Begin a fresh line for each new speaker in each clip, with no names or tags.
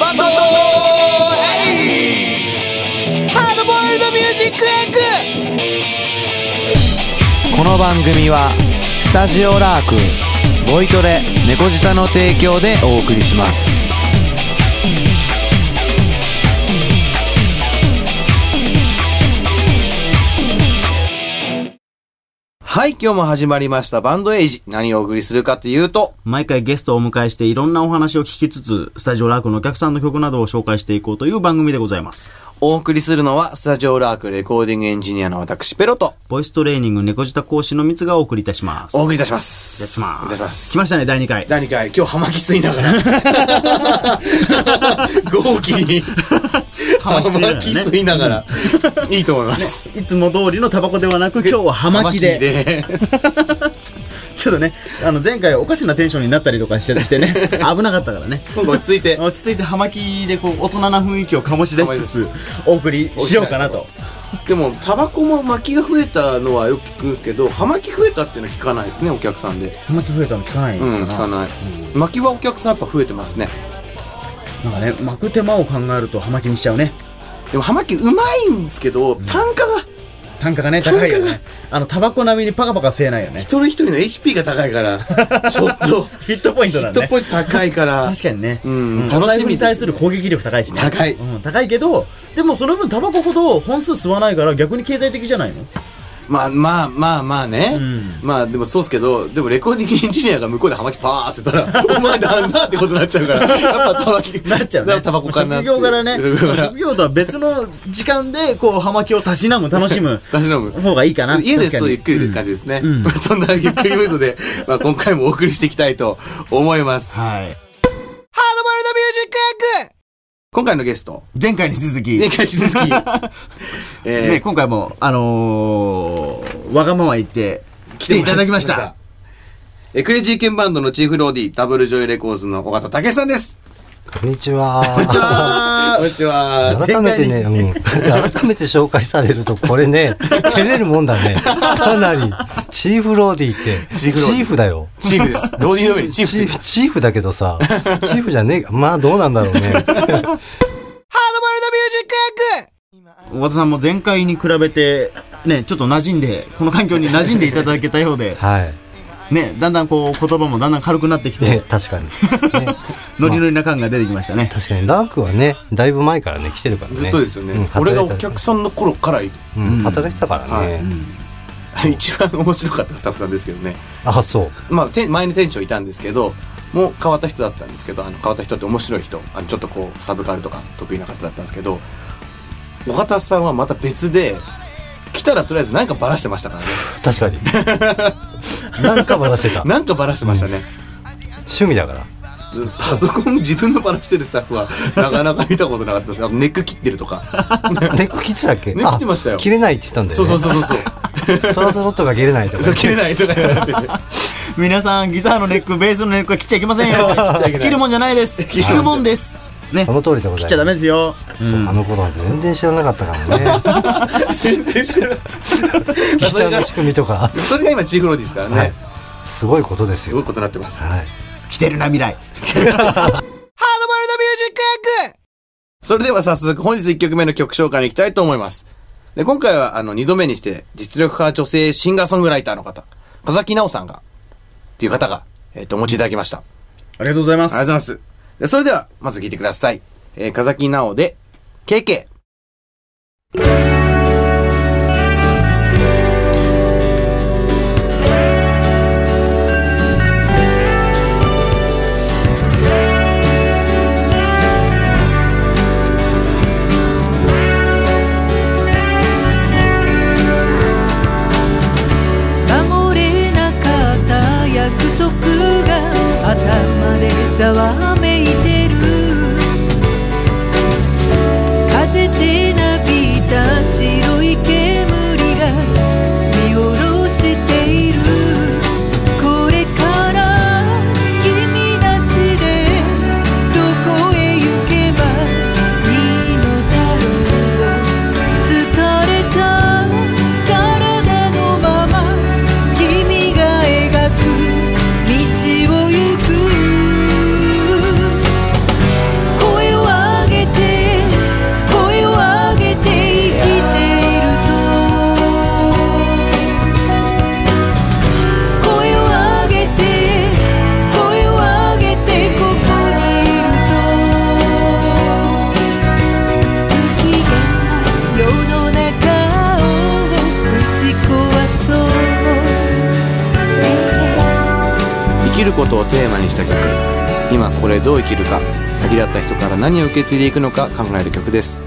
バンドハードボイルドミュージックエ
この番組はスタジオラークボイトレ猫舌の提供でお送りします
はい、今日も始まりましたバンドエイジ。何をお送りするかというと、
毎回ゲストをお迎えしていろんなお話を聞きつつ、スタジオラークのお客さんの曲などを紹介していこうという番組でございます。
お送りするのは、スタジオラークレコーディングエンジニアの私、ペロと、
ボイストレーニング猫舌講師のみつがお送りいたします。
お送り
りい
いたしま
た
す。
します。
お願いします
来ましたね、第2回。
第2回、今日、ハマキ吸いな がら。豪気に。ハ
マキ吸いながらね
マキ吸いながら。いいと思います。
いつも通りのタバコではなく、今日はハマキで。
で。
ちょっとね、あの前回おかしなテンションになったりとかしてして ね、危なかったからね。
今回落ち着いて。
落ち着いてハマキでこう大人な雰囲気を醸し出しつつ、お送りしようかなと。
でも、タバコも巻きが増えたのはよく聞くんですけど、ハマキ増えたっていうのは聞かないですね、お客さんで。
ハマキ増えたの聞かないの
う
かな、
ん、聞かない。巻きはお客さんやっぱ増えてますね。
なんかね、巻く手間を考えるとハマキにしちゃうね。
でも、ハマキうまいんですけど、単価が、
単価がね、高いよね。あの、タバコ並みにパカパカ吸えないよね
一。人一人の HP が高い から、ちょっと、
ヒットポイントなん
ヒット
だね。
ポイント高いから、
確かにね。
うん
お
楽しみです
財布に対する攻撃力高いしね。
高い
うん、高いけど、でもその分タバコほど本数吸わないから逆に経済的じゃないの
まあまあまあまあね、
ん
まあでもそうっすけど、でもレコーディングエンジニアが向こうでハマキパーって言ったら、お 前なんだってことになっちゃうから、やっぱタバキ、
なっちゃう
や
ね。
ぱタバコかなっ
職
て。
業柄ね。
職業柄。
職業とは別の時間で、こう、葉巻をたしなむ、楽しむ
たしなむ
方がいいかな。
家です
確か
と
に
ゆっくりという感じですね。
うん
そんなゆっくりムードで、まあ、今回もお送りしていきたいと思います。ハ
は
ード
い。
ボイルドミュージックエッグ今回のゲスト、
前回に続き、
ね、
ね、
かしずき。 えー
今回も、あのー、わがまま言って、来ていただきました。。
え、クレイジーケンバンドのチーフローディー、ダブルジョイレコーズの尾形武さんです。
こんにちは。
あこんにちは。
改めてね、うん、改めて紹介されると、こ れね、照れるもんだね。かなり。チーフローディーって、チーフだよ。
チーフです。 ローディーの上にチーフついて
チー
る
フ、チーフだけどさ、チーフじゃねえまあどうなんだろう ね。
小田さんも前回に比べて、ね、ちょっと馴染んで、この環境に馴染んでいただけたようで、
はい。
ね、だんだんこう、言葉もだんだん軽くなってき
ね
て、、
確かに。ね
ノリノリな感が出てきましたね。
確かに、ラークはね、だいぶ前からね、来てるからね。
ずっとですよね。
うん
俺が
働
お
いてた
客さんの頃から、
うん、働いてたからね。
一番面白かったスタッフさんですけどね。
あ、そう。
まあ、て前に店長いたんですけど、もう変わった人だったんですけど、あの変わった人って面白い人、あのちょっとこう、サブカルとか得意な方だったんですけど、尾形さんはまた別で、来たらとりあえずなんかバラしてました からね。
確かに。なんか話してた。
なんかバラしてましたね。
趣味だから。
パソコン自分のバラしてるスタッフはなかなか見たことなかったです。あとネック切ってるとか。
ネック切ってたっけ
ネック切ってましたよ
あ切れないって言ってたんだよ
そう
ね。
そうそうそうそう。
トラスロットが切れないと か
そう切れないとか言われてて。
皆さん、ギターのネック、ベースのネックは切っちゃいけませんよ
ゃいけな。い
切るもんじゃないです。聞くもんです。ね
そ、の通りでございます
切っちゃダメですよ。
そうあの頃は全然知らなかったからね
全然知らなかった。
ギ
そ
タ
れ
ー
が
の仕組みとか
それが今チーフローディーですからね。
はいすごいことです
すご
よ
いことになってます。
はい
来てるな、未来。
それでは早速本日1曲目の曲紹介に行きたいと思います。で今回はあの2度目にして実力派女性シンガーソングライターの方、風崎奈緒さんが、っていう方が、えっ、と、お持ちいただきました。
ありがとうございま
ありがとうございます。でそれでは、まず聞いてください。えー、風木直で、KK。
守れなかった約束が頭でざわめいてる風でなびいた白い煙が見下ろしているこれから君なしでどこへ行けばいいのだろう「疲れた体のまま君が描く道を行く」「声は
ことをテーマにした曲今ここでどう生きるか先立った人から何を受け継いでいくのか考える曲です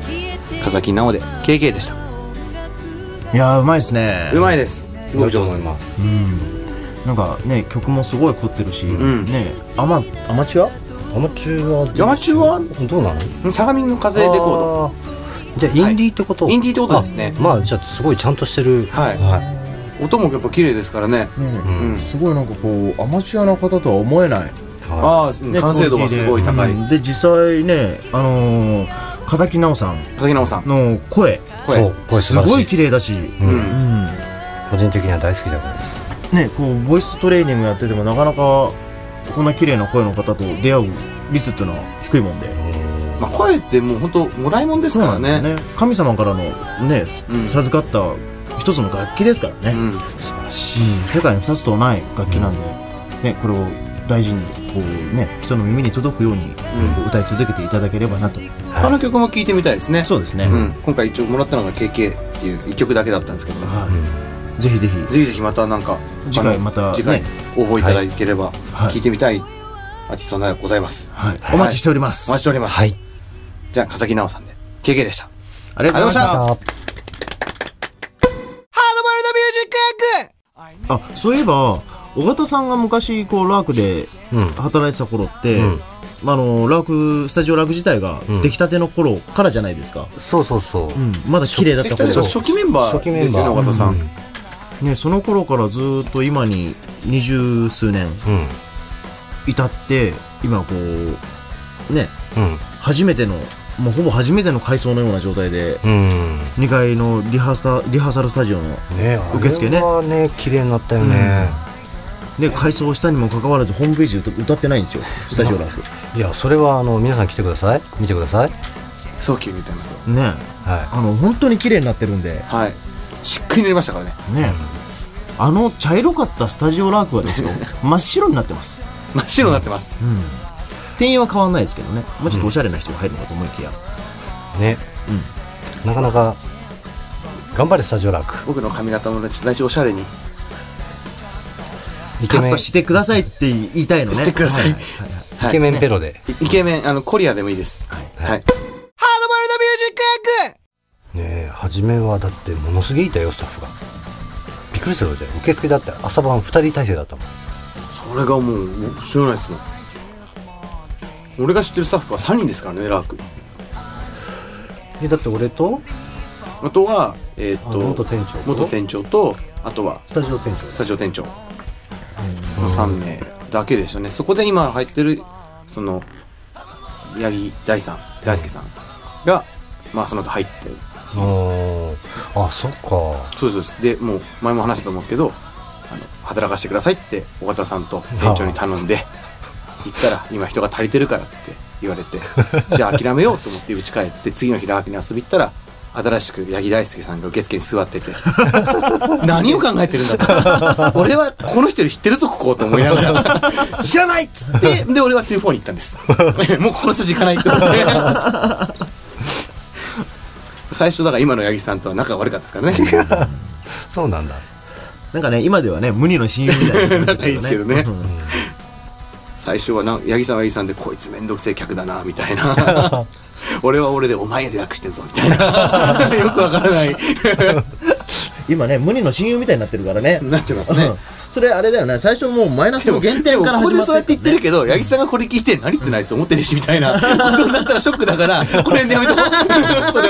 風木直で KK でした
いやーうまいですね
うまいですすごい上手
ます
なんかね曲もすごい凝ってるし、
ん
ねアマアマチュア
アマチュア
アマチュア
どうなの
相模の風レコー
あーじゃあインディーってこと、
はいインディーってことですね
あまあじゃあすごいちゃんとしてる
はい
は
ド音もやっぱ綺麗ですからね
ね
うん
すごいなんかこうアマチュアの方とは思えない
ああうん完成度がすごい高い
うんで実際ねあのー、風木直さん
風木直さん
の声
いそう
声
これ素
す
晴らしい
ごい綺麗だし、
う
うんん
個人的には大好きだからです
ねこうボイストレーニングやっててもなかなかこんな綺麗な声の方と出会う率っていうのは低いもんで
まあ声ってもう本当もらいもんです
そう
から
なんですよ
ね
ね神様からのね、す
うん
授かった一つの楽器ですからね、
うん
うん世界に二つとない楽器なんで、ね、これを大事にこう、ね、人の耳に届くように
ん
歌い続けていただければなと、
他の曲も聴いてみたいですね
そうですね、
うん今回一応もらったのが KK っていう一曲だけだったんですけど
はいぜひぜひ
ぜひぜひまたなんか
次回
あの
またね
次回応募いただければ
はい
聞いてみたいアーティストならございます。
はいお待ちしております
お待ちしております。
はい
じゃあ、笠木直さんで KK でした。
ありがとうございまし
あ
たあそういえば尾形さんが昔こうラークで
うん
働いてた頃って、
うん
まあ、あのラークスタジオラーク自体が
ん
出来たての頃からじゃないですか、
そうそうそう、
うんまだ綺麗だった頃
そう
初期メンバ
初期
ー
メ
で
ン
す
バー
よね、尾形さ
うん
ん。
ね、その頃からずーっと今に二十数年
うん
至って今こうね
うん
初めてのもうほぼ初めての改装のような状態で
うん
2階のリハーサリハーサルスタジオの
ねあ
受付ね
れはね綺麗になったよね、
で改装したにもかかわらずホームページで歌歌ってないんですよスタジオ ラーク
いやそれはあの皆さん来てください見てください
早期に歌いますよ。
ね
は
あの本当に綺麗になってるんで
はい。しっくりになりましたからね。
ねあの茶色かったスタジオラークはです よ真っ白になってます
真っ白になってます。
店員は変わんないですけどねもうちょっとおしゃれな人が入るのかと思いきや、
いね、なかなか頑張れスタジオラーク
僕の髪型も来週おしゃれに
イ
カ
ケ
ッ
メン
トしてくださいって言いたいのね
してください。
ははは
はい
イケメンペロで、
イケメン、あの、コリアでもいいです。はい。ハードボイルドミュージックエッグ
ねえ初めはだってものすげえいたよスタッフがびっくりするよね受付だって朝晩2人体制だったもん
それがもう知らないですもん俺が知ってるスタッフは3人ですからねラーク
えだって俺と
あとはえーっ
あ
と
元店長と
元店長とあとは
スタジオ店長
スタジオ店長の3名だけでしたねそこで今入ってるその八木大さん大輔さんがまあその後入って
おーあそっか
そうですそうですでもう前も話したと思うんですけどあの働かせてくださいって尾形さんと店長に頼んで行ったら今人が足りてるからって言われてじゃあ諦めようと思って家帰って次の日ラークに遊び行ったら新しく八木大輔さんが受付に座ってて何を考えてるんだと俺はこの人より知ってるぞここと思いながら知らないっつってで俺は2-4に行ったんですもうこの筋いかないって思って最初だから今の八木さんとは仲悪かったですからね
そうなんだ
なんかね、今ではね、無二の親友みたい な。
仲いいですけどね
うん
最初はな八木さんは八木さんでこいつめんどくせえ客だなみたい な俺は俺でお前より楽してんぞみたいなよくわからない
今ね、無二の親友みたいになってるからね。
なってますね
うんそれあれだよね、最初もうマイナス
で
の
も
原点から
でもここ
始
で
まって
そうやって言ってる
け
けど八木さんがこれ聞いて何言ってないつ思ってるしみたいなことになったらショックだからこれでやめとこうそれはハードボイル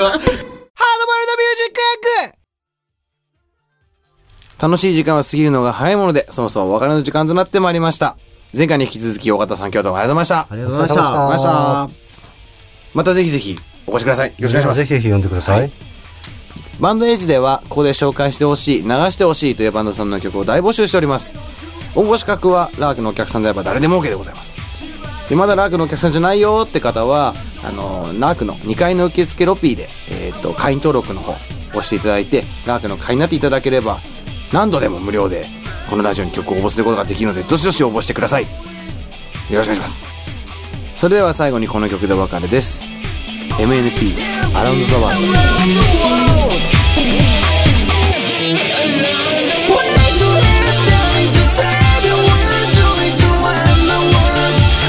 ドミュージックエッグ楽しい時間は過ぎるのが早いものでそろそろお別れの時間となってまいりました前回に引き続き尾形さん今日はどうもありがとうございました
ありがとうございました。
ありがとうございました。またぜひぜひお越しください。よろしくお願いします。
ぜひぜひ呼んでください、
バンドエイジでは、ここで紹介してほしい、流してほしいというバンドさんの曲を大募集しております。応募資格は、ラークのお客さんであれば誰でも OK でございます。でまだラークのお客さんじゃないよって方は、あの、ラークの2階の受付ロピーで、えーっ、と、会員登録の方、押していただいて、ラークの会員になっていただければ、何度でも無料で、このラジオに曲を応募することができるので、どしどし応募してください。よろしくお願いします。それでは最後にこの曲でお別れです。MNP、アラウンドザワールド。
When I do that, I just said you were doing to me.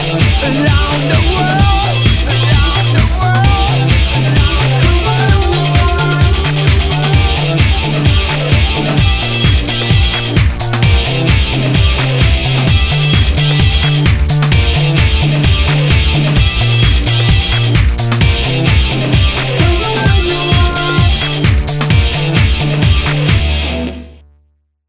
the world